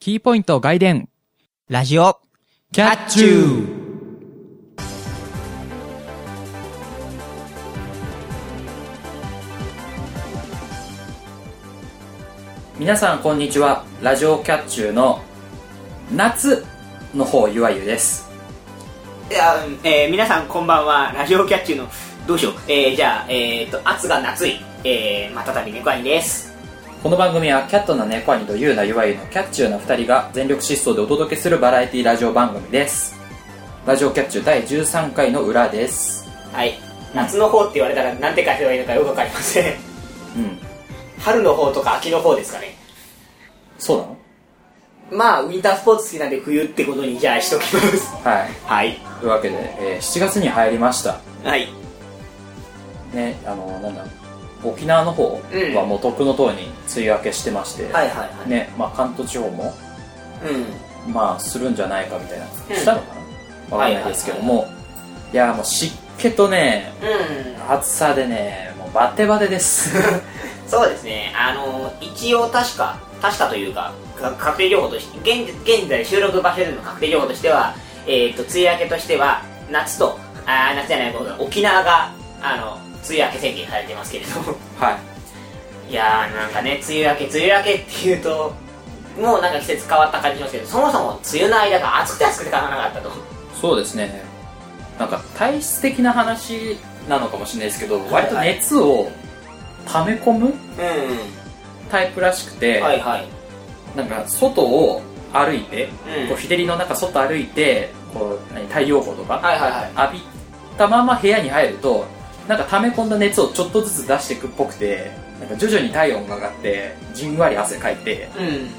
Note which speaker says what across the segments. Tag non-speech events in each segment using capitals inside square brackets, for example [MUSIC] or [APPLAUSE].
Speaker 1: キーポイント外伝。
Speaker 2: ラジオ、
Speaker 1: キ
Speaker 2: ャッチュ
Speaker 1: ー
Speaker 3: 皆さんこんにちはラジオキャッチューの夏の方ゆあゆです
Speaker 4: いや、えー皆さんこんばんはラジオキャッチューのどうしよう、えーじゃあえー、と暑が夏い、えー、またたび猫兄です
Speaker 3: この番組はキャットな猫兄とゆうなゆあゆのキャッチューな2人が全力疾走でお届けするバラエティラジオ番組ですラジオキャッチュー第13回の裏です
Speaker 4: はい夏の方って言われたら何て書いてばいいのかよくわかりません [LAUGHS]
Speaker 3: うん
Speaker 4: 春の方とか秋の方ですかね
Speaker 3: そうなの
Speaker 4: まあウィンタースポーツ好きなんで冬ってことにじゃあしときます
Speaker 3: はい
Speaker 4: はい
Speaker 3: というわけで、えー7月に入りました
Speaker 4: はい
Speaker 3: ねあのなんだ沖縄の方
Speaker 4: うん
Speaker 3: はもうとっくの塔に梅雨明けしてまして、
Speaker 4: はいは
Speaker 3: ねまあ、関東地方も
Speaker 4: いうん
Speaker 3: まあするんじゃないかみたいな、
Speaker 4: うん
Speaker 3: したのかなわかんないですけども、いやもう湿気とね
Speaker 4: うん
Speaker 3: 暑さでねもうバテバテです
Speaker 4: [LAUGHS] そうですね、あの一応確か、確かというか、か確定情報として、現現在収録場所での確定情報としては、えっと梅雨明けとしては、夏と、あー夏じゃない、ごめんなさい沖縄があの梅雨明け宣言されてますけれども、 [LAUGHS]
Speaker 3: はい
Speaker 4: いやー、なんかね、梅雨明け、梅雨明けっていうと、もうなんか季節変わった感じしますけど、そもそも梅雨の間が暑くて暑くて変わらなかったと。
Speaker 3: そうですねなんか体質的な話なのかもしれないですけど
Speaker 4: い
Speaker 3: 割と熱を溜め込む
Speaker 4: う
Speaker 3: タイプらしくて、
Speaker 4: はいはい。
Speaker 3: なんか外を歩いて、
Speaker 4: うん
Speaker 3: こう日照りの中外歩いてこう何太陽光とか、
Speaker 4: はいはいはい。
Speaker 3: 浴びたまま部屋に入るとなんか溜め込んだ熱をちょっとずつ出していくっぽくてなんか徐々に体温が上がってじんわり汗かいて
Speaker 4: うん。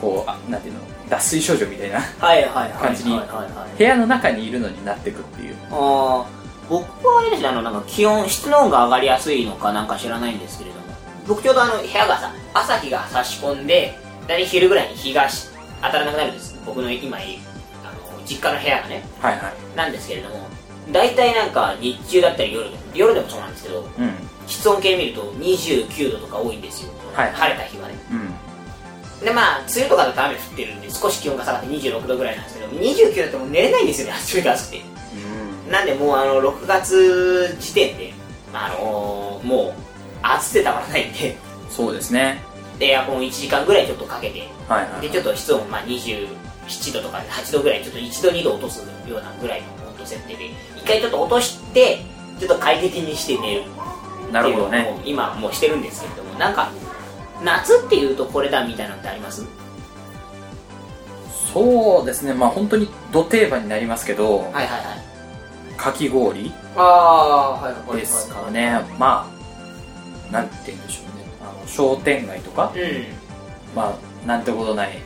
Speaker 3: こうあなんていうの脱水症状みたいな [LAUGHS]
Speaker 4: はいはいはい。
Speaker 3: 感じに
Speaker 4: はいはいはい
Speaker 3: 部屋の中にいるのになっていくっていう
Speaker 4: あー僕はあれですねあのなんか気温室の温が上がりやすいのかなんか知らないんですけれども僕ちょうどあの部屋がさ朝日が差し込んで大体昼ぐらいに日がし当たらなくなるんです僕の今いるあの実家の部屋がね
Speaker 3: はいはい
Speaker 4: なんですけれども大体なんか日中だったり夜夜でもそうなんですけど
Speaker 3: うん
Speaker 4: 室温計見ると29度とか多いんですよ、
Speaker 3: はい
Speaker 4: 晴れた日はね
Speaker 3: うん
Speaker 4: でまあ梅雨とかだと雨降ってるんで少し気温が下がって26度ぐらいなんですけど29度ってもう寝れないんですよね暑いから暑くてなんでもうあの6月時点で、まああのもう暑くてたまらないんで [LAUGHS]
Speaker 3: そうですね
Speaker 4: でエアコン1時間ぐらいちょっとかけて
Speaker 3: はいは
Speaker 4: で
Speaker 3: い
Speaker 4: ちょっと室温、まあ、27度とか8度ぐらいちょっと1度2度落とすようなぐらいの温度設定で一回ちょっと落としてちょっと快適にして寝るっていう
Speaker 3: なるほ
Speaker 4: の
Speaker 3: ど
Speaker 4: を
Speaker 3: ね
Speaker 4: もう今もうしてるんですけれどもなんか夏っていうとこれだみたいなのってあります
Speaker 3: そうですねまあ本当にど定番になりますけど、
Speaker 4: はいはいはい
Speaker 3: かき氷
Speaker 4: ああはいは
Speaker 3: ですからねまあなんて言うんでしょうねあの商店街とか
Speaker 4: う
Speaker 3: まあ、なんてことない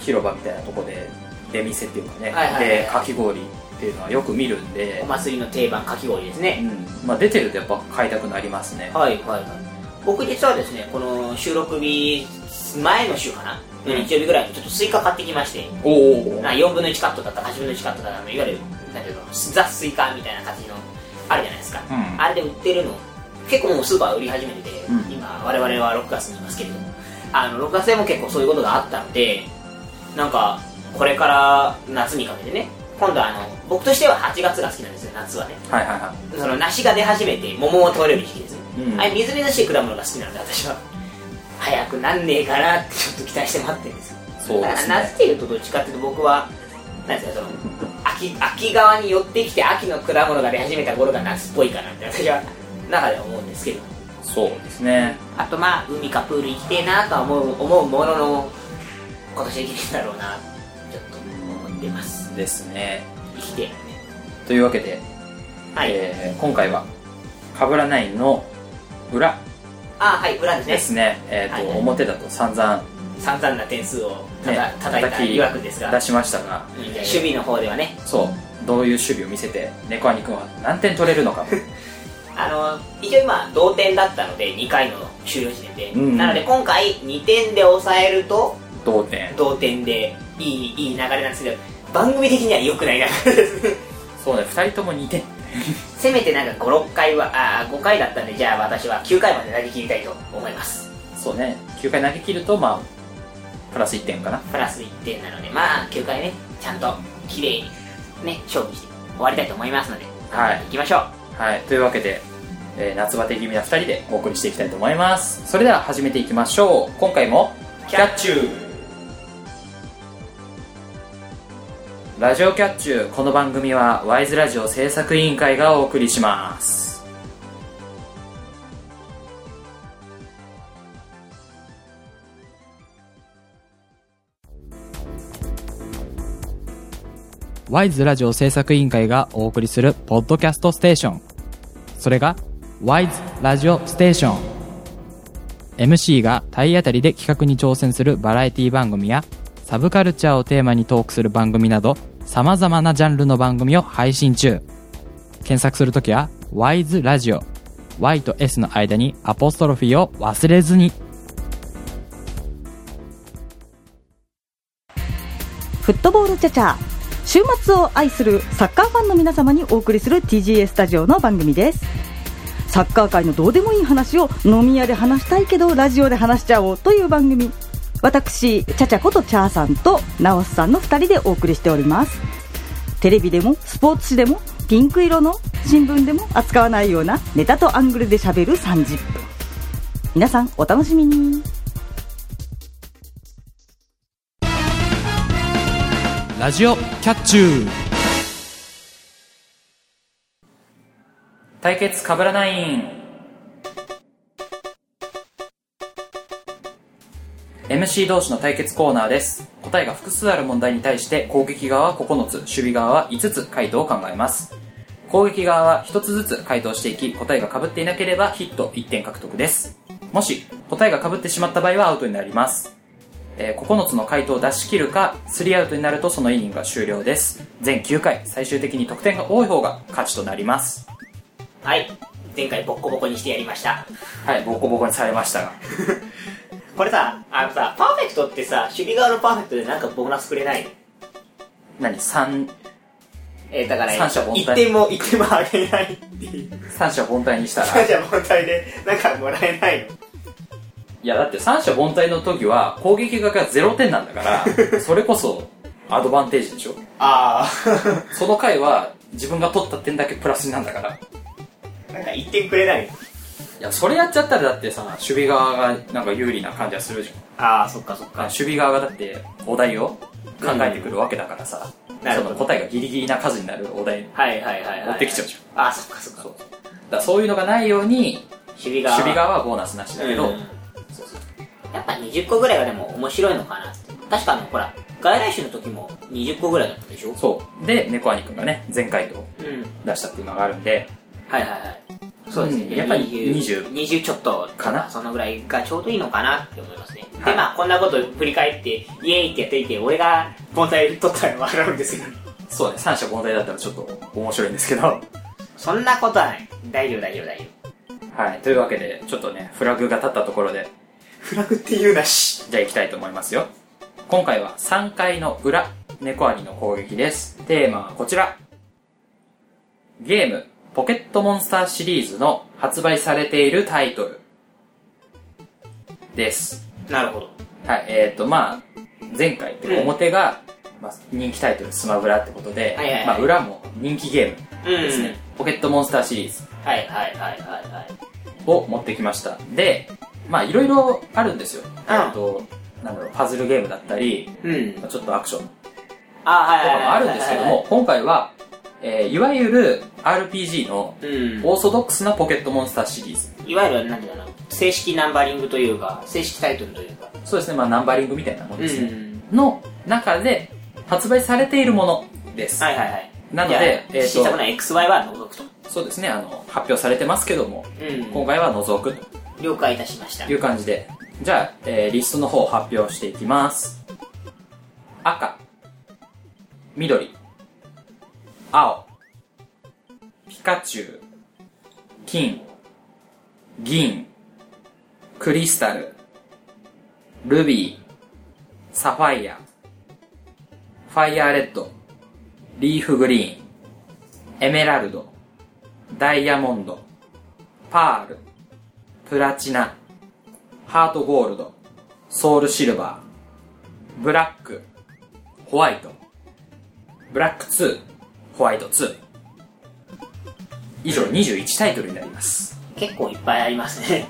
Speaker 3: 広場みたいなとこで出店っていうかね、
Speaker 4: はいはいはい
Speaker 3: でかき氷っていうのはよく見るんで
Speaker 4: んお、祭りの定番かき氷ですね
Speaker 3: うんまあ、出てるとやっぱ買いたくなりますね
Speaker 4: はいはいはい僕実はですねこの収録日前の週かな、
Speaker 3: うん
Speaker 4: 日曜日ぐらいにちょっとスイカ買ってきまして
Speaker 3: おお
Speaker 4: な4分の1カットだったか8分の1カットだったかいわゆるなんていうのザ・スイカみたいな感じのあるじゃないですか、
Speaker 3: うん
Speaker 4: あれで売ってるの結構もうスーパー売り始めてて、
Speaker 3: うん
Speaker 4: 今我々は6月にいますけれどもあの6月でも結構そういうことがあったのでなんかこれから夏にかけてね今度はあの僕としては8月が好きなんですよ夏はね
Speaker 3: はいはいは
Speaker 4: その梨が出始めて桃を取れる時期ですね、
Speaker 3: うん
Speaker 4: あれみずみずしい果物が好きなので私は早くなんねえかなってちょっと期待して待ってるんですよ
Speaker 3: いそう
Speaker 4: だ
Speaker 3: で
Speaker 4: から
Speaker 3: す
Speaker 4: 夏
Speaker 3: ね
Speaker 4: っていうとどっちかっていうと僕はなんですかその秋秋側に寄ってきて秋の果物が出始めた頃が夏っぽいかなって私は中では思うんですけど
Speaker 3: そうですね
Speaker 4: あとまあ海かプール行きてえなとは思う思うものの今年は生きてんだろうなちょっと思ってます
Speaker 3: ですね
Speaker 4: 生きてるね
Speaker 3: というわけで、
Speaker 4: はい、
Speaker 3: えー今回は「かぶらない」の裏
Speaker 4: あはい裏ですね
Speaker 3: ですね、えーと
Speaker 4: はいはい
Speaker 3: 表だと散々
Speaker 4: 散々な点数をたた、
Speaker 3: ね
Speaker 4: 叩いた
Speaker 3: 叩き
Speaker 4: 疑惑ですが
Speaker 3: 出しましたが、
Speaker 4: うん
Speaker 3: えー
Speaker 4: 守備の方ではね
Speaker 3: そうどういう守備を見せて猫兄君は何点取れるのか
Speaker 4: [LAUGHS] あの一応今同点だったので2回の終了時点で、
Speaker 3: うん
Speaker 4: なので今回2点で抑えると
Speaker 3: 同点
Speaker 4: 同点でいいいい流れなんですけど番組的には良くないな [LAUGHS]
Speaker 3: そうね2人とも2点
Speaker 4: せめてなんか56回はあ5回だったんでじゃあ私は9回まで投げ切りたいと思います
Speaker 3: そうね9回投げ切るとまあプラス1点かな
Speaker 4: プラス1点なので、まあ、9回ね、ちゃんと、綺麗に、ね、勝負して終わりたいと思いますので、
Speaker 3: はい
Speaker 4: 行きましょう。
Speaker 3: はい、というわけで、えー夏バテ気味な2人でお送りしていきたいと思いますそれでは始めていきましょう今回もキャッチューラジオキャッチューこの番組はワイズラジオ制作委員会がお送りします
Speaker 2: ワイズラジオ制作委員会がお送りするポッドキャストステーション。それが、ワイズラジオステーション。MC が体当たりで企画に挑戦するバラエティ番組や、サブカルチャーをテーマにトークする番組など、様々なジャンルの番組を配信中。検索するときは、ワイズラジオ。Y と S の間にアポストロフィーを忘れずに。
Speaker 1: フットボールチャチャ週末を愛するサッカーファンの皆様にお送りする TGA スタジオの番組ですサッカー界のどうでもいい話を飲み屋で話したいけどラジオで話しちゃおうという番組私チャチャことチャーさんとナオスさんの2人でお送りしておりますテレビでもスポーツ紙でもピンク色の新聞でも扱わないようなネタとアングルで喋る30分皆さんお楽しみに
Speaker 2: ラジオキャッチュー
Speaker 3: 対決かぶらないん MC 同士の対決コーナーです答えが複数ある問題に対して攻撃側は9つ守備側は5つ回答を考えます攻撃側は1つずつ回答していき答えが被っていなければヒット1点獲得ですもし答えが被ってしまった場合はアウトになりますえー9つの回答を出し切るか3アウトになるとそのイニングが終了です全9回最終的に得点が多い方が勝ちとなります
Speaker 4: はい。前回ボッコボコにしてやりました。
Speaker 3: はい、ボコボコにされましたが。
Speaker 4: これさ、あのさ、パーフェクトってさ、守備側のパーフェクトでなんかボーナスくれない
Speaker 3: 何三、
Speaker 4: えー、だから、
Speaker 3: 三者凡退
Speaker 4: 1点も、一点もあげない
Speaker 3: [LAUGHS]
Speaker 4: っていう。
Speaker 3: 三者凡退にしたら。 [LAUGHS]
Speaker 4: 三者凡退で、なんかもらえないの。
Speaker 3: いや、だって三者凡退の時は、攻撃側が0点なんだから、それこそ、アドバンテージでしょ。
Speaker 4: あ
Speaker 3: その回は、自分が取った点だけプラスになんだから。い
Speaker 4: あ。 [LAUGHS] なんか1点くれないの。
Speaker 3: や、それやっちゃったらだってさ、守備側がなんか有利な感じはするじ
Speaker 4: ああ、そっかそっ
Speaker 3: ゃん。
Speaker 4: か
Speaker 3: 守。備側がだって、お題を考えてくるわけだからさ、
Speaker 4: なる
Speaker 3: そ
Speaker 4: ほど
Speaker 3: の答えがギリギリな数になるお題。
Speaker 4: はいはいはい、はい。
Speaker 3: 持ってきちゃうじ
Speaker 4: ゃん。ああ、そっかそっか。
Speaker 3: そう。だからそういうのがないように、守
Speaker 4: 守備側。
Speaker 3: 備側はボーナスなしだけど、
Speaker 4: うんやっぱ20個ぐらいがでも面白いのかなって。確かあの、ほら、外来種の時も20個ぐらいだったでしょ
Speaker 3: そう。で、猫兄くんがね、前回と
Speaker 4: う。うん。
Speaker 3: 出したっていうのがあるんで、
Speaker 4: はいはいはい。そうですね。
Speaker 3: うんやっぱり20
Speaker 4: 20ちょっと
Speaker 3: かな
Speaker 4: そのぐらいがちょうどいいのかなって思いますね。
Speaker 3: はい
Speaker 4: で、まあ、こんなこと振り返って、イエーイってやっていて、俺が盆栽取ったのは笑うんですけど。
Speaker 3: そうね、三者凡退だったらちょっと面白いんですけど、は
Speaker 4: [LAUGHS] そんなことはない。大丈夫大丈夫大丈夫。
Speaker 3: い、というわけで、ちょっとね、フラグが立ったところで、
Speaker 4: フラグって言うなし。
Speaker 3: じゃあ行きたいと思いますよ。今回は3回の裏、猫アニの攻撃です。テーマはこちら。ゲーム、ポケットモンスターシリーズの発売されているタイトルです。
Speaker 4: なるほど。
Speaker 3: はい、えっ、と、まあ、前回って
Speaker 4: うん
Speaker 3: 表が、まあ、人気タイトルスマブラってことで、
Speaker 4: はいはいはい
Speaker 3: まあ、裏も人気ゲ
Speaker 4: うん。
Speaker 3: ームですね、ポケットモンスターシリーズ
Speaker 4: はいはいはいはいはい。
Speaker 3: を持ってきました。で、まあ、いろいろあるんですよ。
Speaker 4: うん
Speaker 3: えっと、なんだろう、パズルゲームだったり、
Speaker 4: うん
Speaker 3: ま。あちょっとアクションと
Speaker 4: ああ、はい
Speaker 3: か
Speaker 4: はいはい。
Speaker 3: もあるんですけども、今回は、えーいわゆる RPG の
Speaker 4: うん。
Speaker 3: オーソドックスなポケットモンスターシリーズ。
Speaker 4: いわゆる、なんていうかな、正式ナンバリングというか、正式タイトルというか。
Speaker 3: そうですね、まあ、ナンバリングみたいなものですね。
Speaker 4: ん。
Speaker 3: の中で、発売されているものです。
Speaker 4: はいはいはい。
Speaker 3: なので
Speaker 4: いや
Speaker 3: えーと
Speaker 4: 新作の XY は除くと。
Speaker 3: そうですね、あの、発表されてますけども、
Speaker 4: う
Speaker 3: 今回は除く
Speaker 4: ん。了解いたしました
Speaker 3: とい。う感じで、じゃあ、えーリストの方を発表していきます。赤、緑、青、ピカチュウ、金、銀、クリスタル、ルビー、サファイア、ファイアーレッド、リーフグリーン、エメラルド、ダイヤモンド、パール、プラチナ、ハートゴールド、ソウルシルバー、ブラック、ホワイト、ブラック2、ホワイト2。以上21タイトルになります。
Speaker 4: 結構いっぱいあります [LAUGHS] ね。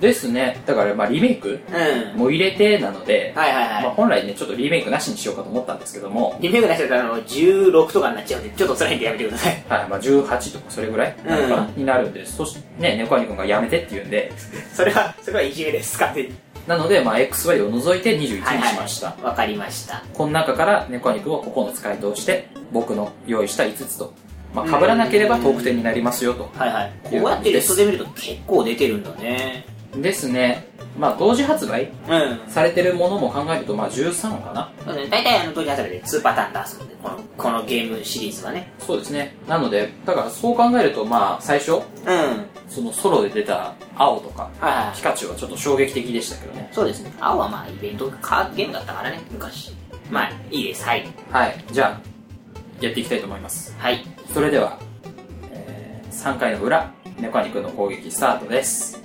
Speaker 3: ですね。だから、まあ、リメイク
Speaker 4: うん。はい
Speaker 3: も入れてなので、
Speaker 4: はい
Speaker 3: まあ、
Speaker 4: は
Speaker 3: 本来ね、ちょっとリメイクなしにしようかと思ったんですけども
Speaker 4: い。、リメイク出してたらあの16とかになっちゃうんで、ちょっと辛いんでやめてください。 [LAUGHS]
Speaker 3: はい、まあ、18とかそれぐらいなのかな、になるんです。そして、ね、猫兄くんがやめてって言うんで、
Speaker 4: それは、それはいじめです、完全に。
Speaker 3: なので、まあ、XY を除いて21にし
Speaker 4: はいはい
Speaker 3: ました。
Speaker 4: わかりました。
Speaker 3: この中から猫肉を9つ回答して僕の用意した5つと、まあ、被らなければトーク点になりますよと
Speaker 4: はいはい。こうやってリストで見ると結構出てるんだね。
Speaker 3: ですねまあ同時発売
Speaker 4: うん。
Speaker 3: されてるものも考えるとまあ13かな
Speaker 4: そうね、大体あの当時あたりで2パターン出すので、この、このゲームシリーズはね。
Speaker 3: そうですねなのでだからそう考えるとまあ最初
Speaker 4: うん。はい
Speaker 3: そのソロで出た青とか
Speaker 4: は
Speaker 3: ピカチュウはちょっと衝撃的でしたけどね
Speaker 4: い。そうですね。青はまあイベント、カードゲームだったからね、昔。まあ、いいです。はい。
Speaker 3: はいじゃあやっていきたいと思います
Speaker 4: はい。
Speaker 3: それでは、え3回の裏猫肉の攻撃スタートです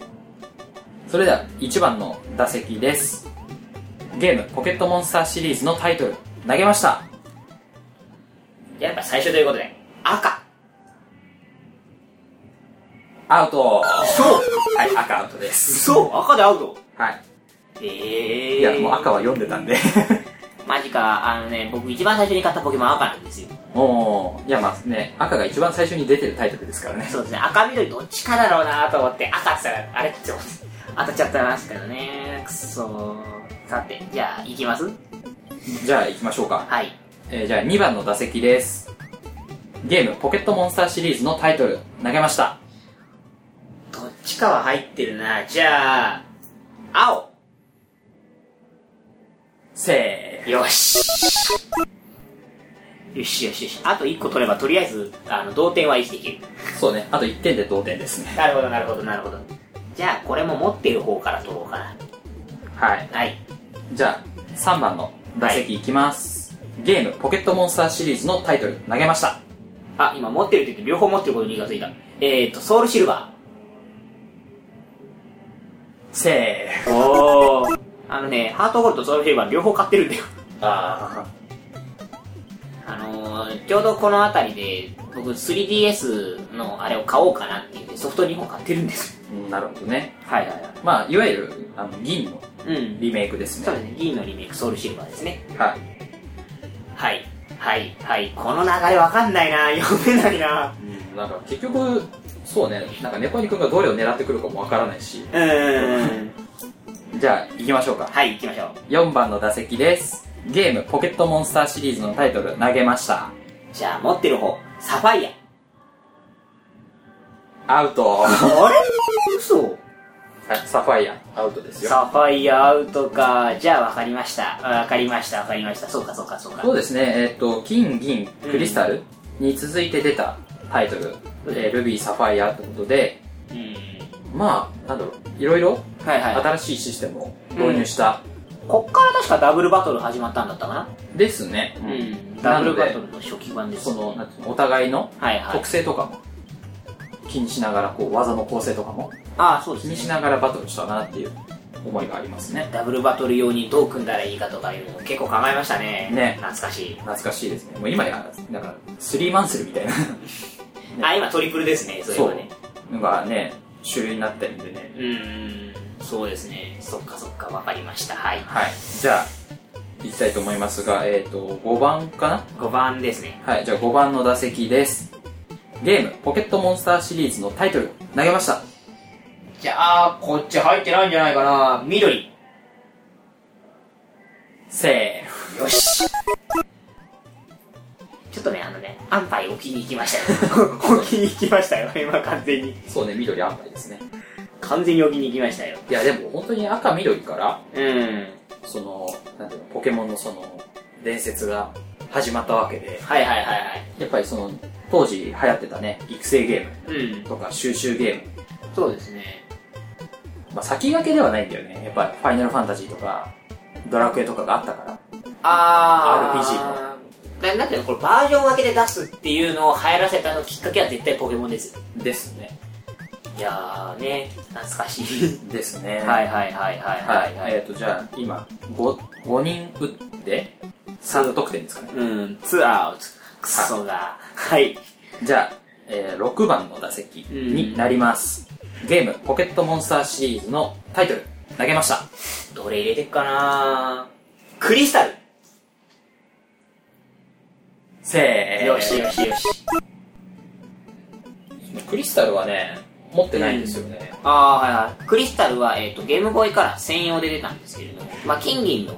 Speaker 3: それでは1番の打席ですゲーム「ポケットモンスター」シリーズのタイトル投げました
Speaker 4: やっぱ最初ということで、赤。
Speaker 3: アウト
Speaker 4: そう
Speaker 3: はい赤アウトです
Speaker 4: そう赤で合うの
Speaker 3: はい
Speaker 4: ええー。
Speaker 3: いやもう赤は読んでた [LAUGHS] んで
Speaker 4: マジか、あのね、僕一番最初に買ったポケモン赤なんですよ。
Speaker 3: おおいやまあね赤が一番最初に出てるタイトルですからね
Speaker 4: そうですね、赤緑どっちかだろうなと思って、赤って言ったら、あれって思って、当たっちゃったんですけどね。くそー。さて、じゃあ、行きます
Speaker 3: じゃあ行きましょうか、
Speaker 4: はい。
Speaker 3: えーじゃあ2番の打席ですゲーム「ポケットモンスター」シリーズのタイトル投げました
Speaker 4: どっちかは入ってるな。じゃあ、青。
Speaker 3: せー
Speaker 4: よし。よしよしよし。あと1個取れば、とりあえず、あの、同点は維持できる。
Speaker 3: そうねあと1点で同点ですね
Speaker 4: なるほど、なるほど、なるほど。じゃあ、これも持ってる方から取ろうかな。
Speaker 3: はい
Speaker 4: はい。
Speaker 3: じゃあ3番の打席いきます、ゲーム「ポケットモンスター」シリーズのタイトル投げました
Speaker 4: あ、今持ってるって言って、両方持ってることに気がついた。えーと、ソウルシルバ
Speaker 3: せ
Speaker 4: ー。おー。あのね、ハートゴールドとソウルシルバー両方買ってるんだよ。
Speaker 3: ーあ
Speaker 4: あのー、ちょうどこの辺りで、僕 3DS のあれを買おうかなって言って、ソフト2本買ってるんです。
Speaker 3: あなるほどね
Speaker 4: はいはいは
Speaker 3: まあいわゆるあの銀の
Speaker 4: い。うん。
Speaker 3: リメイクです
Speaker 4: そう
Speaker 3: ね
Speaker 4: ですね、銀のリメイク、ソウルシルバーですね。
Speaker 3: はい
Speaker 4: はい。はい、はい。この流れわかんないな読めないな
Speaker 3: うんなんか結局そうねなんか猫にくんがどれを狙ってくるかもわからないし
Speaker 4: うーん。
Speaker 3: じゃあ行きましょうか
Speaker 4: [LAUGHS] はい、行きましょう。
Speaker 3: 4番の打席ですゲーム「ポケットモンスター」シリーズのタイトル投げました
Speaker 4: じゃあ、持ってる方、サファイア。
Speaker 3: アウトは
Speaker 4: あれ嘘
Speaker 3: いサファイアアウトですよ
Speaker 4: サファイアアウトか。じゃあ、わかりました。わかりました、わかりました。そうか、そうか、そうか。
Speaker 3: そうですね、えっと、金、銀、クリスタルに続いて出たタイトル、
Speaker 4: うん
Speaker 3: えールビー、サファイアってことで、
Speaker 4: うん。
Speaker 3: まあ、なんだろう、いろいろ
Speaker 4: はいはい。
Speaker 3: 新しいシステムを導入した、
Speaker 4: こっから確かダブルバトル始まったんだったかな
Speaker 3: ですね。
Speaker 4: うん、
Speaker 3: な
Speaker 4: ダブル
Speaker 3: の
Speaker 4: バト
Speaker 3: で
Speaker 4: ル、の初期版です
Speaker 3: その、なんていうのお互いの
Speaker 4: はいはい
Speaker 3: 特性とかも気にしながら、こう、技の構成とかも
Speaker 4: ああそう
Speaker 3: 気に
Speaker 4: です
Speaker 3: し
Speaker 4: ね
Speaker 3: ながらバトルしたなっていう思いがありますね。
Speaker 4: ダブルバトル用にどう組んだらいいかとかいうのを結構考えましたね
Speaker 3: ね
Speaker 4: 懐かしい、
Speaker 3: 懐かしいですね。もう今や、だから、スリーマンスルみたいな
Speaker 4: あ今トリプルですねそ
Speaker 3: [LAUGHS]
Speaker 4: れ
Speaker 3: そ
Speaker 4: は
Speaker 3: う
Speaker 4: ね
Speaker 3: のがね、主流になってるんでね
Speaker 4: う。ーんそうですねそっかそっかわかりましたはい
Speaker 3: はい。じゃあ、いきたいと思いますが、えっ、と、5番か
Speaker 4: 5番ですね
Speaker 3: なはい。じゃあ5番の打席です。ゲーム、ポケットモンスターシリーズのタイトル、投げました。
Speaker 4: じゃあこっち入ってないんじゃないかな緑
Speaker 3: セーフ。
Speaker 4: よしちょっとねあのね安牌置きに行きましたよ [LAUGHS] 置きに行きましたよ今完全に
Speaker 3: そうね、緑赤いですね。
Speaker 4: 完全に置きに行きましたよ
Speaker 3: いや、でも本当に赤緑から、
Speaker 4: うん
Speaker 3: その、なんていうの、ポケモンのその、伝説が始まったわけで、
Speaker 4: はいはいはいはい
Speaker 3: やっぱりその、当時流行ってたね、育成ゲーム
Speaker 4: うん
Speaker 3: とか収集ゲーム、
Speaker 4: そうですね
Speaker 3: まあ先駆けではないんだよね。やっぱりファイナルファンタジーとか、ドラクエとかがあったから。
Speaker 4: あー
Speaker 3: RPG
Speaker 4: ななんていうのこれバージョン分けで出すっていうのを流行らせたのきっかけは絶対ポケモンですよ
Speaker 3: ですね
Speaker 4: いやーね懐かしい
Speaker 3: ですね
Speaker 4: [LAUGHS] はいはいはいはい
Speaker 3: は
Speaker 4: はいいはい、
Speaker 3: えっ、とじゃあ今 5, 5人打って3得点ですかね
Speaker 4: うんツアーをつくそがはい
Speaker 3: じゃあ、えー6番の打席になります、ゲーム「ポケットモンスター」シリーズのタイトル投げました
Speaker 4: どれ入れてっかなクリスタル
Speaker 3: せー
Speaker 4: よしよしよし
Speaker 3: クリスタルはね持ってないんですよね、
Speaker 4: ああはいはいクリスタルは、えー、とゲームボーイから専用で出たんですけれども、まあ、金銀の、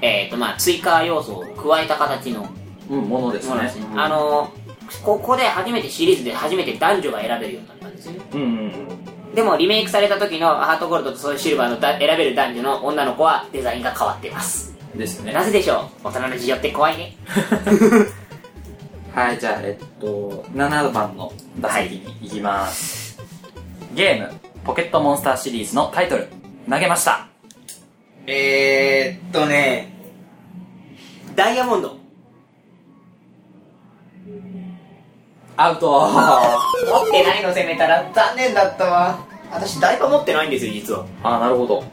Speaker 4: えーとまあ、追加要素を加えた形の
Speaker 3: うんものです
Speaker 4: もの
Speaker 3: ね
Speaker 4: ですね、あのーここで初めてシリーズで初めて男女が選べるようになったんですよね
Speaker 3: うんうんうん
Speaker 4: でもリメイクされた時のハートゴールドとソウルシルバーのだ選べる男女の女の子はデザインが変わっています
Speaker 3: うんですね
Speaker 4: なぜでしょう大人の事情って怖いね
Speaker 3: はいじゃあえっと7番の打席に行きます、ゲーム「ポケットモンスター」シリーズのタイトル投げました
Speaker 4: えー、っとねダイヤモンド
Speaker 3: アウト
Speaker 4: 持ってないの攻めたら残念だったわ私ダイパ持ってないんですよ実は
Speaker 3: あなるほど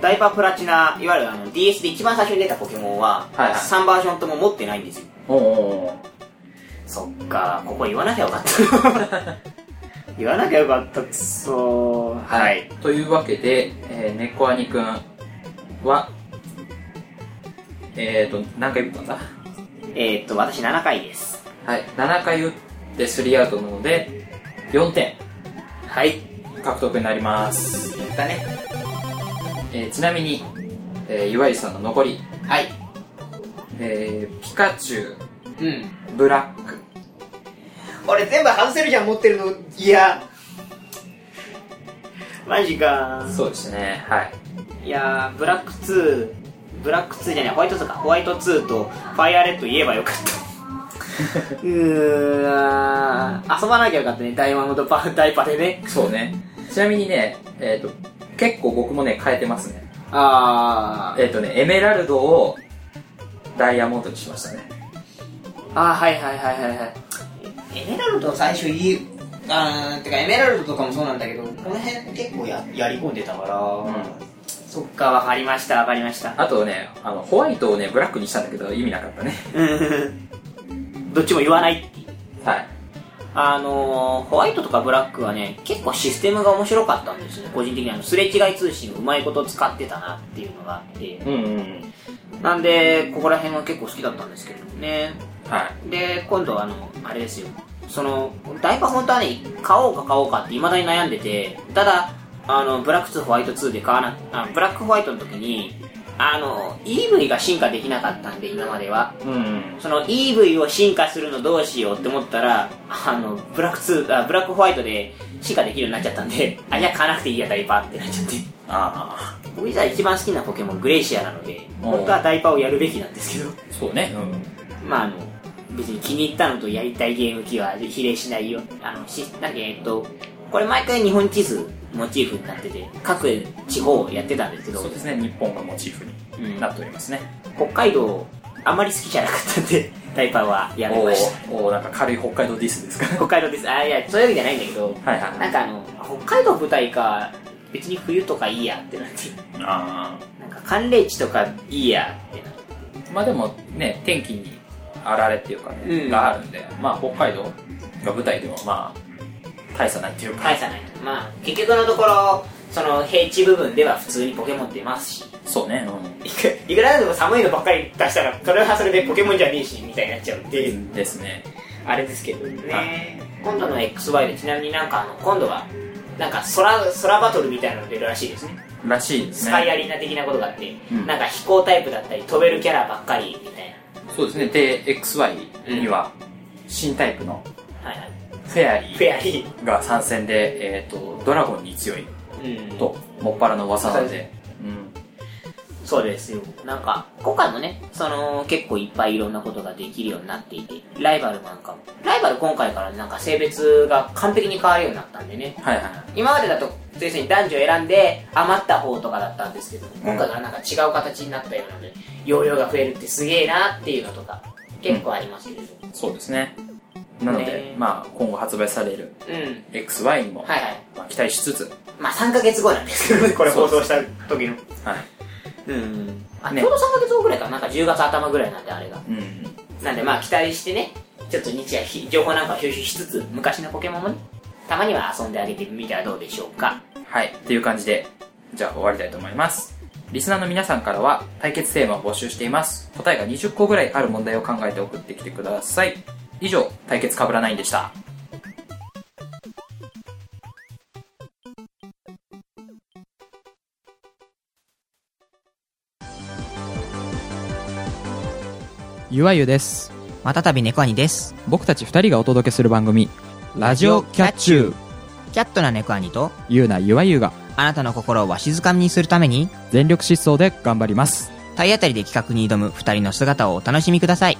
Speaker 4: ダイパプラチナいわゆるあの DS で一番最初に出たポケモンは、
Speaker 3: はいはい
Speaker 4: 3バージョンとも持ってないんですよ
Speaker 3: おうおうおう
Speaker 4: そっかここ言わなきゃよかった
Speaker 3: [LAUGHS]
Speaker 4: 言わなきゃよかったくそー
Speaker 3: はいというわけで、えー、猫兄くんはえっ、と何回打ったんだ
Speaker 4: えー、っと私7回です
Speaker 3: はい7回打って3アウトなので4点
Speaker 4: はい
Speaker 3: 獲得になります、
Speaker 4: やったね
Speaker 3: えーちなみに、えー、岩井さんの残り、
Speaker 4: はい
Speaker 3: えー、ピカチュウ
Speaker 4: うん
Speaker 3: ブラック
Speaker 4: 俺全部外せるじゃん持ってるのいやマジか
Speaker 3: そうですねはい
Speaker 4: いやーブラック2ブラック2じゃないホワイト2かホワイト2とファイアレッド言えばよかった [LAUGHS] うーわー遊ばなきゃよかったねダイヤモンドパダイパでね
Speaker 3: そうねちなみにねえっ、と結構僕もね変えてますね
Speaker 4: あー
Speaker 3: えっ、とねエメラルドをダイヤモンドにしましたね
Speaker 4: あーはいはいはいはいはいエメラルド最初いいあーてかエメラルドとかもそうなんだけどこの辺結構ややり込んでたから、そっかわかりましたわかりました
Speaker 3: あとねあのホワイトをねブラックにしたんだけど意味なかったね
Speaker 4: どっちも言わないっていう
Speaker 3: はい
Speaker 4: あのー、ホワイトとかブラックはね結構システムが面白かったんですね個人的にあのすれ違い通信をうまいこと使ってたなっていうのがあって
Speaker 3: うんうんうん
Speaker 4: なんでここら辺は結構好きだったんですけれどもね
Speaker 3: はい
Speaker 4: で今度はあのあれですよそのダイパ本当はね買おうか買おうかって未だに悩んでてただあのブラック2ホワイト2で買わなあブラックホワイトの時にあの EV が進化できなかったんで今までは
Speaker 3: うん
Speaker 4: その EV を進化するのどうしようって思ったら、あの、ブラックツーあ、ブラックホワイトで進化できるようになっちゃったんで、あ、じゃあ買わなくていいや、ダイパーってなっちゃって。
Speaker 3: ああ
Speaker 4: 僕実は一番好きなポケモン、グレイシアなので、
Speaker 3: おう
Speaker 4: 本当はダイパーをやるべきなんですけど、
Speaker 3: そうねうん
Speaker 4: まああの、別に気に入ったのとやりたいゲーム機は比例しないよ。あの、し、なんかえっと、これ毎回日本地図モチーフになってて、各地方をやってたんですけど、
Speaker 3: そうですね日本がモチーフになっておりますね、
Speaker 4: 北海道、あんまり好きじゃなかったんで、ダイパーはやめ
Speaker 3: お
Speaker 4: ました。
Speaker 3: ーおーなんか軽い北海道ディスですか
Speaker 4: 北海道です。あ、いや、そういうわけじゃないんだけど、
Speaker 3: はいはい
Speaker 4: なんかあの、北海道舞台か、別に冬とかいいやってなって、
Speaker 3: あ
Speaker 4: なんか寒冷地とかいいやってなって。
Speaker 3: あまあでもね天気にあられっていうかね、
Speaker 4: うん
Speaker 3: があるんでまあ北海道が舞台でもまあ大差ないっていうか、
Speaker 4: 返さないと。まあ、結局のところ、その平地部分では普通にポケモン出ますし、
Speaker 3: そうねう
Speaker 4: いくいくらでも寒いのばっかり出したら、それはそれでポケモンじゃねえし、みたいになっちゃうんで、
Speaker 3: んですね
Speaker 4: あれですけどね。今度の XY でちなみになんかあの、今度は、なんか空、空バトルみたいなの出るらしいですね。
Speaker 3: らしいです
Speaker 4: スカイア
Speaker 3: ね
Speaker 4: リーナ的なことがあって、
Speaker 3: うん
Speaker 4: なんか飛行タイプだったり飛べるキャラばっかりみたい
Speaker 3: そうですねで XY には新タイプの
Speaker 4: な、はいはい、
Speaker 3: フェアリ
Speaker 4: フェ
Speaker 3: ー
Speaker 4: アリ
Speaker 3: が参戦で、えー、とドラゴンに強い
Speaker 4: ー、うん、
Speaker 3: ともっぱらの噂なんで、うん、
Speaker 4: そうですよなんか今回もねその結構いっぱいいろんなことができるようになっていてライバルなんかもライバル今回からなんか性別が完璧に変わるようになったんでね
Speaker 3: はいはい
Speaker 4: 今までだと要するに男女選んで余った方とかだったんですけど今回からなんか違う形になったようなので容量が増えるってすげえなっていうのとか結構ありますけれど、
Speaker 3: そうですねなの
Speaker 4: ね
Speaker 3: で、まあ、今後発売される
Speaker 4: うん。
Speaker 3: XY にも、
Speaker 4: はいはい。
Speaker 3: まあ、期待しつつ、
Speaker 4: まあ3ヶ月後なんですけどね、これ放送した時の。
Speaker 3: はい。
Speaker 4: うん。あ、
Speaker 3: ね
Speaker 4: ちょうど3ヶ月後ぐらいかな。なんか10月頭ぐらいなんで、あれが。
Speaker 3: うん。
Speaker 4: なんでまあ期待してね、ちょっと日夜ひ情報なんかを収集しつつ、昔のポケモンもね、たまには遊んであげてみてはどうでしょうか。
Speaker 3: はい。という感じで、じゃあ終わりたいと思います。リスナーの皆さんからは対決テーマを募集しています。答えが20個ぐらいある問題を考えて送ってきてください。以上、対決かぶらないんでした。
Speaker 2: ゆわゆです
Speaker 5: またたび猫兄です。
Speaker 2: 僕たち2人がお届けする番組「ラジオキャッチュー
Speaker 5: キャットな猫兄と、」
Speaker 2: ゆうなゆわゆが
Speaker 5: あなたの心をわしづかみにするために、
Speaker 2: 全力疾走で頑張ります
Speaker 5: 体当たりで企画に挑む二人の姿をお楽しみください。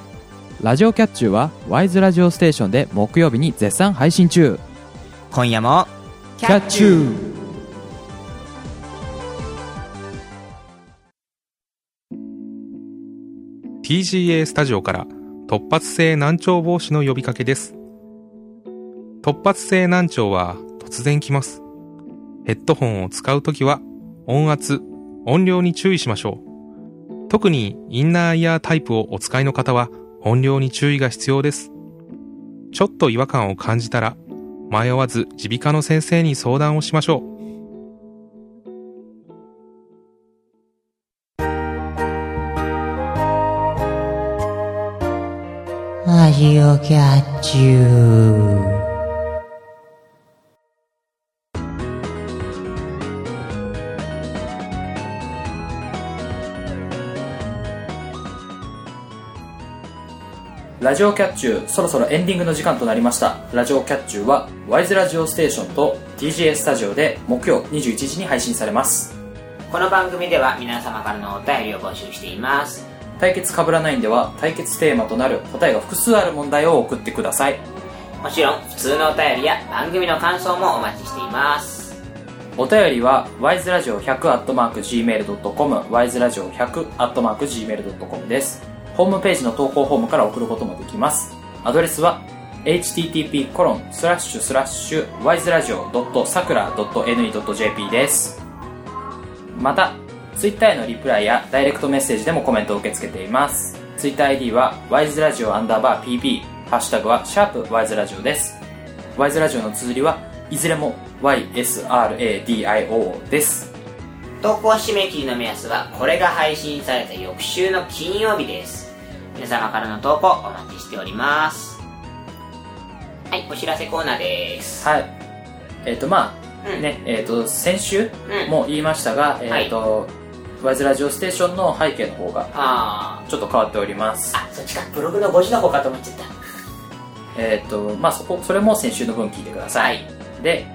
Speaker 2: ラジオキャッチューはワイズラジオステーションで木曜日に絶賛配信中
Speaker 5: 今夜も、
Speaker 2: キャッチュー
Speaker 6: ー TGA スタジオから突発性難聴防止の呼びかけです突発性難聴は突然来ますヘッドホンを使うときは音圧音量に注意しましょう特にインナーイヤータイプをお使いの方は音量に注意が必要ですちょっと違和感を感じたら迷わず耳鼻科の先生に相談をしましょう
Speaker 5: ラジオキャッチュー。
Speaker 3: ラジオキャッチュー、そろそろエンディングの時間となりました。ラジオキャッチューは、ワイズラジオステーションと TGA スタジオで木曜21時に配信されます。
Speaker 4: この番組では皆様からのお便りを募集しています。
Speaker 3: 対決かぶらないんでは、対決テーマとなる答えが複数ある問題を送ってください。
Speaker 4: もちろん、普通のお便りや番組の感想もお待ちしています。
Speaker 3: お便りは wiseradio100-gmail.com wiseradio100-gmail.com ですホームページの投稿フォームから送ることもできますアドレスは http コロンスラッシュスラッシュ wiseradio.sakura.ne.jp ですまた Twitter へのリプライやダイレクトメッセージでもコメントを受け付けています TwitterID は wiseradio アンダーバー pp ハッシュタグはシャープ wiseradio ですワイズラジオの綴りはいずれも YSRADIO です。
Speaker 4: 投稿締め切りの目安は、これが配信された翌週の金曜日です。皆様からの投稿お待ちしております。はい、お知らせコーナーです。
Speaker 3: はい。えっ、と、まあ、
Speaker 4: うん
Speaker 3: ね、えっ、と、先週
Speaker 4: うん
Speaker 3: も言いましたが、
Speaker 4: はい
Speaker 3: えっ、と、ワイズラジオステーションの背景の方が
Speaker 4: あ
Speaker 3: ちょっと変わっております。
Speaker 4: あ、そっちか、ブログのご字の方かと思っちゃっ
Speaker 3: えっ、と、まあ、そこ、それも先週の分聞いてくだ
Speaker 4: た。
Speaker 3: さ。
Speaker 4: はいい。
Speaker 3: で、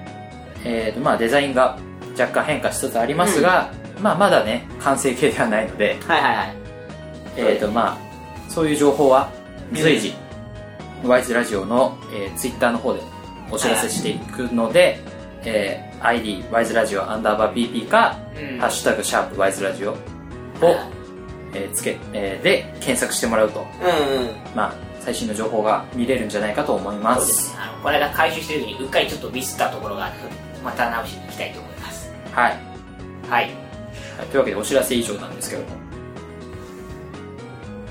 Speaker 3: えっ、と、まあ、デザインが若干変化しつつありますが、まあ、まだね、完成形ではないので、
Speaker 4: はいはいはい。
Speaker 3: えー、とまあそういう情報は随時、ワイズラジオの、えー、ツイッターの方でお知らせしていくので、えー ID ワイズラジオアンダーバー PP か、
Speaker 4: うん
Speaker 3: ハッシュタグシャープワイズラジオを、えーつけえーで検索してもらうと、
Speaker 4: うんうん。
Speaker 3: まあ、最新の情報が見れるんじゃないかと思いま
Speaker 4: そう
Speaker 3: す
Speaker 4: ですね。あの、これが回収してる時に、うっかりちょっとミスったところがあるので、また直しに行きたいと思います。
Speaker 3: はい、
Speaker 4: は
Speaker 3: は
Speaker 4: い。
Speaker 3: いというわけでお知らせ以上なんですけども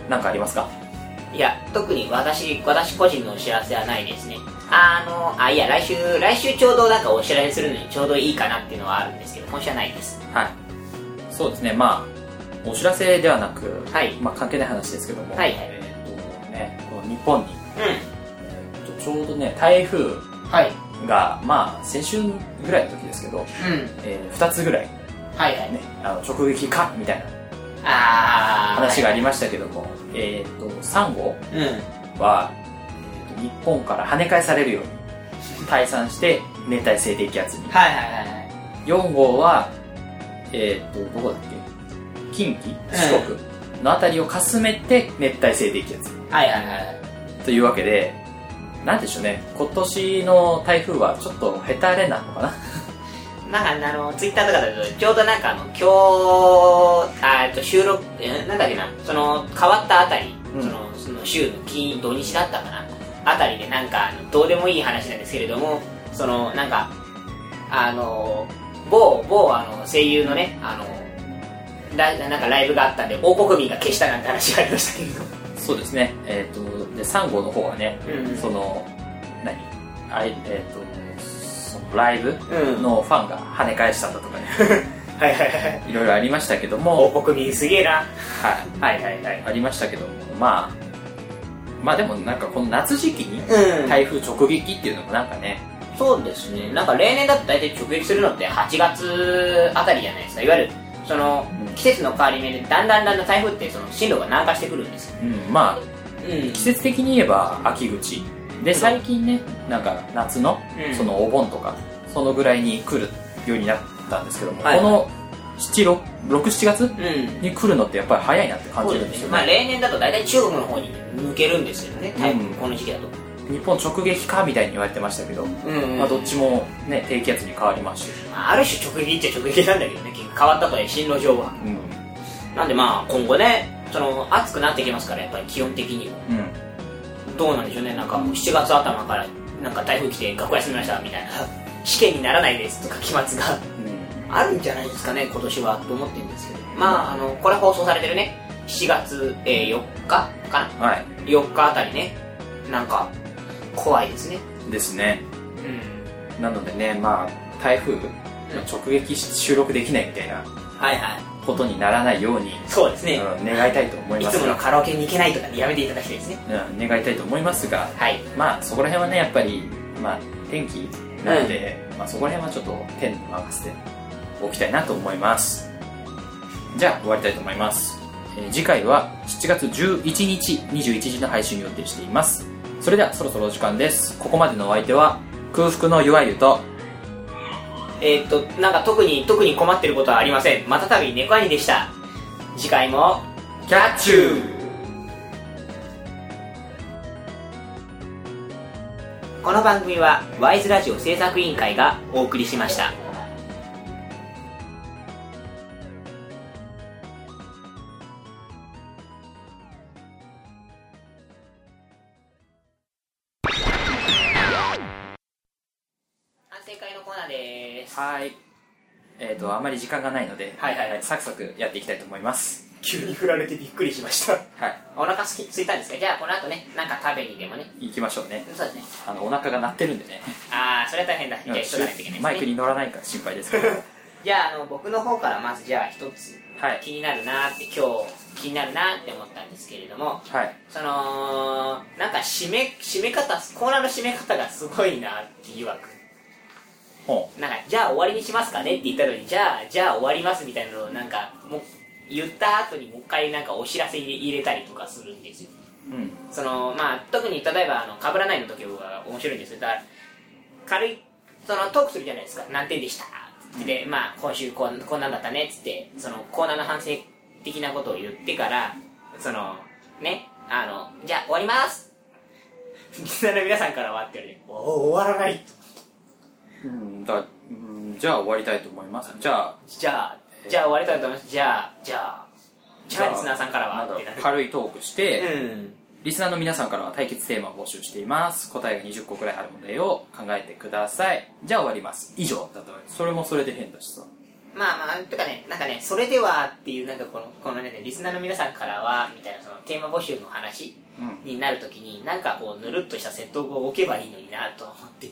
Speaker 3: 何かありますか
Speaker 4: いや、特に私、私個人のお知らせはないですね。あの、あ、いや、来週、来週ちょうどなんかお知らせするのにちょうどいいかなっていうのはあるんですけど、今週はないです。
Speaker 3: はいそうですねまあお知らせではなく、
Speaker 4: はい
Speaker 3: まあ、関係ない話ですけども、
Speaker 4: はい
Speaker 3: えーとね、この日本に、
Speaker 4: う
Speaker 3: えーとちょうどね台風
Speaker 4: ん。はい。
Speaker 3: が、まあ、先週ぐらいの時ですけど、
Speaker 4: うん。
Speaker 3: え2つぐらい、
Speaker 4: はいはい。
Speaker 3: ね、あの直撃かみたいな
Speaker 4: あー。
Speaker 3: 話がありましたけども、えー、と3号
Speaker 4: うん。
Speaker 3: は、えーと日本から跳ね返されるように退散して熱帯性低気圧に
Speaker 4: はいはいはいはい。
Speaker 3: 4号は、えー、とどこだっけ近畿四国の辺りをかすめて熱帯性低気圧
Speaker 4: はいはいはいはい。
Speaker 3: というわけでなんでしょうね今年の台風はちょっとヘタレなのか
Speaker 4: [LAUGHS]
Speaker 3: な
Speaker 4: なんかあの、ツイッターとかだと、ちょうどなんかあの、今日、あえっと収録、えなんだっけな、その、変わったあたり、
Speaker 3: うん
Speaker 4: その、その週の金、土日だったかな。あたりでなんかあのどうでもいい話なんですけれどもそのなんかあの某某あの声優のねあのライなんかライブがあったんで王国民が消したなんて話がありましたけど
Speaker 3: そうですね、えっ、と、で、3号の方はね、
Speaker 4: うん
Speaker 3: その、何あいえっ、と、そのライブ
Speaker 4: うん
Speaker 3: のファンが跳ね返したんだ
Speaker 4: [LAUGHS]
Speaker 3: とかね、
Speaker 4: はいはいはいはい
Speaker 3: いろいろありましたけども、
Speaker 4: 王国民すげえな
Speaker 3: はい、
Speaker 4: はいはいはい
Speaker 3: ありましたけども、まあ、まあでもなんかこの夏時期に
Speaker 4: うん
Speaker 3: 台風直撃っていうのもなんかね、
Speaker 4: そうですね、なんか例年だと大体直撃するのって8月あたりじゃないですか、いわゆるその
Speaker 3: うん
Speaker 4: 季節の変わり目で、だんだんだんだん台風ってその進路が南下してくるんですよ、
Speaker 3: うん、まあ、
Speaker 4: うん
Speaker 3: 季節的に言えば秋口で
Speaker 4: そう
Speaker 3: 最近ねなんか夏の
Speaker 4: うん
Speaker 3: そのお盆とかそのぐらいに来るようになったんですけども、
Speaker 4: はい
Speaker 3: この67月
Speaker 4: うん、
Speaker 3: に来るのってやっぱり早いなって感
Speaker 4: そ
Speaker 3: じ
Speaker 4: う
Speaker 3: るん
Speaker 4: で
Speaker 3: ですす
Speaker 4: ね、
Speaker 3: よ
Speaker 4: まあ、
Speaker 3: ね、
Speaker 4: 例年だと大体中国の方に抜けるんですよね、台風
Speaker 3: うん
Speaker 4: この時期だと。
Speaker 3: 日本直撃かみたいに言われてましたけど、
Speaker 4: うん
Speaker 3: まあ、どっちもね低気圧に変わりまし
Speaker 4: ある種直撃っちゃ直撃なんだけどね、結構変わったとはいえ、進路上は。
Speaker 3: たうん、うん、
Speaker 4: なんでまあ、今後ね、その暑くなってきますから、やっぱり気温的にも。どうなんでしょうねなんかもう7月頭からなんか台風来て学校休みましたみたいな試験にならないですとか期末があるんじゃないですかね今年はと思ってるんですけどまああのこれ放送されてるね7月、えー4日かな
Speaker 3: うんはい
Speaker 4: 4日あたりねなんか怖いですね
Speaker 3: ですね
Speaker 4: うん
Speaker 3: なのでねまあ台風直撃し収録できないみたいな
Speaker 4: はいはい
Speaker 3: ことにならないように、
Speaker 4: そうですね、
Speaker 3: うん、願いたいと思い
Speaker 4: い
Speaker 3: ま
Speaker 4: つ
Speaker 3: す
Speaker 4: も
Speaker 3: が
Speaker 4: のカラオケに行けないとかでやめていただきたいですね
Speaker 3: うん、願いたいと思いますが
Speaker 4: はい
Speaker 3: まあそこら辺はねやっぱりまあ天気なので、まあそこら辺はちょっと天に任せておきたいなと思いますじゃあ終わりたいと思います、えー次回は7月11日21時の配信を予定していますそれではそろそろお時間ですここまでのお相手は空腹の弱ゆと
Speaker 4: えーっとなんか特に特に困ってることはありませんまたたび猫兄でした次回も
Speaker 3: キャッチュー
Speaker 4: この番組はワイズラジオ制作委員会がお送りしました。反省会のコーナーです。
Speaker 3: はいえっ、とあまり時間がないので、
Speaker 4: はいはいはい
Speaker 3: サクサクやっていきたいと思います
Speaker 4: 急に振られてびっくりしました。
Speaker 3: はい
Speaker 4: お腹すき空いたんですかじゃあこの後ね、なんか食べにでもね。
Speaker 3: 行きましょうね
Speaker 4: そうですね。
Speaker 3: あのお腹が鳴ってるんでね
Speaker 4: あー、それは大変だ。じゃあ急がないといけないですね。
Speaker 3: マイクに乗らないから心配ですけ
Speaker 4: [LAUGHS]
Speaker 3: ど
Speaker 4: じゃああの僕の方からまずじゃあ一つ
Speaker 3: はい
Speaker 4: 気になるなーって今日気になるなーって思ったんですけれども
Speaker 3: はい
Speaker 4: そのなんか締め締め方コーナーの締め方がすごいなっていうわく
Speaker 3: ほ
Speaker 4: なんかじゃあ終わりにしますかねって言ったのにじゃあじゃあ終わりますみたいなのをなんかもう言った後にもう一回なんかお知らせ入れ入れたりとかするんですよ
Speaker 3: ううん
Speaker 4: そのまあ特に例えばあの被らないの時は面白いんですよだから軽いそのトークするじゃないですか何点でしたで、まあ今週こんこんなんだったねっつってそのコーナーの反省的なことを言ってからそのねあのじゃあ終わりますリスナーの皆さんからはって言われてお終わらない
Speaker 3: うんだうんじゃあ終わりたいと思いますじゃあ
Speaker 4: じゃあじゃあ終わりたいと思いますじゃあじゃあじゃあリスナーさんからは
Speaker 3: ま
Speaker 4: って
Speaker 3: だ
Speaker 4: なる
Speaker 3: 軽いトークして、
Speaker 4: うん
Speaker 3: リスナーの皆さんからは対決テーマを募集しています答えが20個くらいある問題を考えてくださいじゃあ終わります以上だとそれもそれで変だしさ
Speaker 4: まあまあ、とかね、なんかね、それではっていう、なんかこの、このね、リスナーの皆さんからは、みたいな、そのテーマ募集の話
Speaker 3: うん
Speaker 4: になるときに、なんかこう、ぬるっとした説得を置けばいいのになと思って。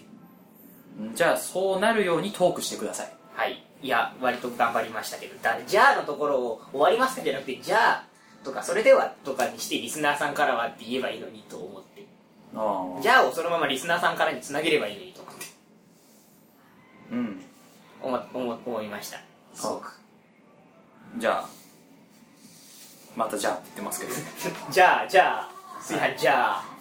Speaker 3: じゃあそうなるようにトークしてください
Speaker 4: はい。いや、割と頑張りましたけど、だじゃあのところを終わりますかじゃなくて、じゃあ、とか、それではとかにして、リスナーさんからはって言えばいいのにと思って。
Speaker 3: あ
Speaker 4: じゃあをそのままリスナーさんからにつなげればいいのにと思って、
Speaker 3: うん
Speaker 4: 思、思、思いました。
Speaker 3: そうかじゃあまたじゃあって言って
Speaker 4: [LAUGHS]
Speaker 3: ますけど
Speaker 4: じゃあ、じゃあ、炊飯、じゃあ、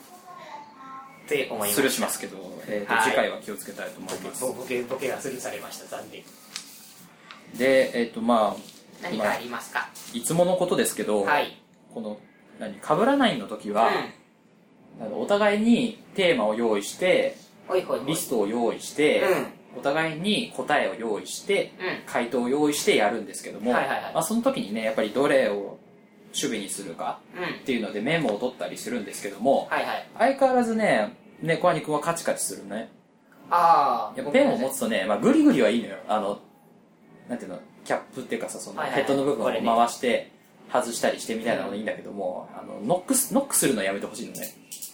Speaker 4: って思いまし
Speaker 3: ス
Speaker 4: た
Speaker 3: ルー。しますけど、えーと
Speaker 4: はい
Speaker 3: 次回は気をつけたいと思い
Speaker 4: ボケ
Speaker 3: ます
Speaker 4: ボボケボケがスルーされました残念
Speaker 3: でえっ、とまあ
Speaker 4: 何
Speaker 3: ま
Speaker 4: か
Speaker 3: あ
Speaker 4: ありますか、
Speaker 3: いつものことですけど、
Speaker 4: はい
Speaker 3: この何かぶらないの時
Speaker 4: う
Speaker 3: は、あのお互いにテーマを用意して
Speaker 4: んほいほいほい
Speaker 3: リストを用意して、お互いに答えを用意して、
Speaker 4: う
Speaker 3: 回答を用意してやるんですけども、
Speaker 4: はいはいはい
Speaker 3: まあ、その時にねやっぱりどれを守備にするか
Speaker 4: んうん
Speaker 3: っていうのでメモを取ったりするんですけども
Speaker 4: はいはい
Speaker 3: 相変わらずねね、小谷君はカチカチするね。
Speaker 4: ああ
Speaker 3: やっぱペンを持つとね、まあ、グリグリはいいのよ。あの、なんていうの、キャップっていうかさ、その
Speaker 4: はいはい
Speaker 3: ヘッドの部分を
Speaker 4: これね
Speaker 3: 回して、外したりしてみたいなのがいいんだけども、あの、ノックす、ノックするのはやめてほしいのね。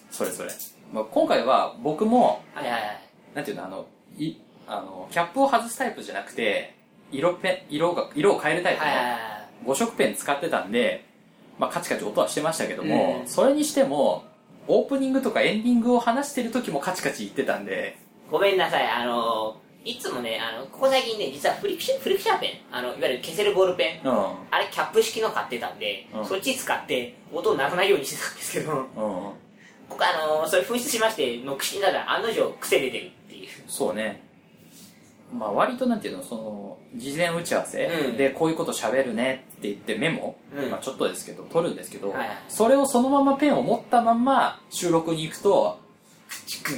Speaker 3: それぞれ。まあ、今回は僕も、
Speaker 4: はいはいはい
Speaker 3: なんていうの、あの、い、あの、キャップを外すタイプじゃなくて、色ペン、色が、色を変えるタイプ
Speaker 4: はいはい
Speaker 3: の
Speaker 4: はいはい
Speaker 3: 5色ペン使ってたんで、まあ、カチカチ音はしてましたけども、
Speaker 4: うん
Speaker 3: それにしても、オープニングとかエンディングを話してる時もカチカチ言ってたんで、
Speaker 4: ごめんなさい、あのいつもね、あの、ここ最近ね、実はフリクション、フリクシャーペン、あの、いわゆる消せるボールペン、
Speaker 3: うん。
Speaker 4: あれキャップ式の買ってたんで、
Speaker 3: うん
Speaker 4: そっち使って、音なくないようにしてたんですけど、 [LAUGHS]
Speaker 3: うん。
Speaker 4: ここあのそれ紛失しまして、ノック式なら案の定癖出てるっていう。
Speaker 3: そうね。まあ割となんていうの、その、事前打ち合わせ
Speaker 4: うん
Speaker 3: でこういうこと喋るねって言ってメモ、
Speaker 4: うん
Speaker 3: まあちょっとですけど、取るんですけど、
Speaker 4: はいはい
Speaker 3: それをそのままペンを持ったまんま収録に行くと、うん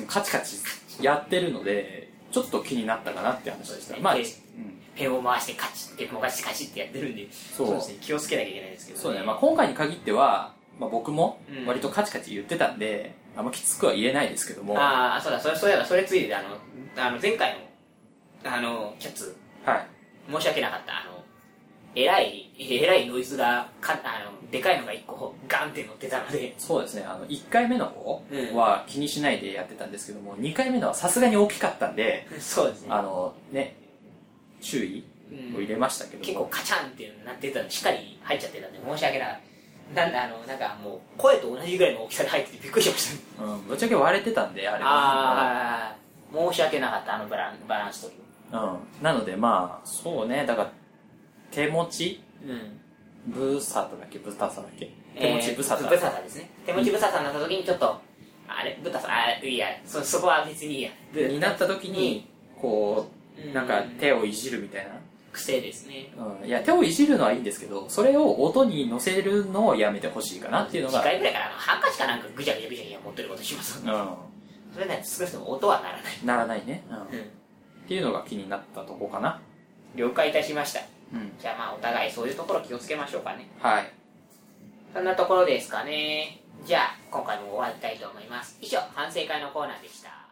Speaker 3: カチカチやってるので、ちょっと気になったかなって話でした。まあ、
Speaker 4: で
Speaker 3: うん
Speaker 4: ペンを回してカチッ、ペンを回してカチッってやってるんで、
Speaker 3: そう
Speaker 4: ですね、気をつけなきゃいけないですけど、
Speaker 3: そうね、まあ今回に限っては、まあ僕も
Speaker 4: うん
Speaker 3: 割とカチカチ言ってたんで、あんまきつくは言えないですけども、は
Speaker 4: ああ、そうだ、それ、そうやだ、それついでで、あの、あの、前回の、あの、キャッツ、
Speaker 3: い。
Speaker 4: 申し訳なかった、あの、えらい、えらいノイズが、か、あの、でかいのが一個、ガンって乗ってたので、 [LAUGHS]
Speaker 3: そうですね、あの、1回目の方は気にしないでやってたんですけども、2回目のはさすがに大きかったんで、
Speaker 4: そうですね。
Speaker 3: あの、ね、注意
Speaker 4: うん
Speaker 3: を入れましたけど
Speaker 4: 結
Speaker 3: も、
Speaker 4: 構カチャンっていうのなってたのしっかり入っちゃってたんで、申し訳なかった。なんだ、あの、なんかもう、声と同じぐらいの大きさで入っててびっくりしました、ね。
Speaker 3: うん、ぶっちゃけ割れてたんで、あれは。
Speaker 4: ああ、 [LAUGHS] 申し訳なかった、あのバランバランス取
Speaker 3: うん。なのでまあ、そうね、だから、手持ち、
Speaker 4: り。うん。
Speaker 3: ブサタだっけ、ブタサだっけ。手持ちブサタ。
Speaker 4: えーブサタですね。手持ちブサタになった時にちょっと、あれブタさん、あいや、そ、そこは別にいいや。
Speaker 3: になった時に、こ
Speaker 4: う
Speaker 3: う、
Speaker 4: ん
Speaker 3: なんか手をいじるみたいな。
Speaker 4: 癖ですね。
Speaker 3: うん、いや、手をいじるのはいいんですけど、それを音に乗せるのをやめてほしいかなっていうのが
Speaker 4: 次、回ぐらいからあのハンカチかなんかぐちゃぐちゃぐちゃぐちゃ持ってることします。
Speaker 3: う
Speaker 4: それね、少なくとも音はならない。
Speaker 3: ん、ならないね。うん。
Speaker 4: うん。
Speaker 3: っていうのが気になったとこかな。
Speaker 4: 了解いたしました。
Speaker 3: うん。
Speaker 4: じゃあまあお互いそういうところ気をつけましょうかね。
Speaker 3: はい。
Speaker 4: そんなところですかね。じゃあ、今回も終わりたいと思います。以上、反省会のコーナーでした。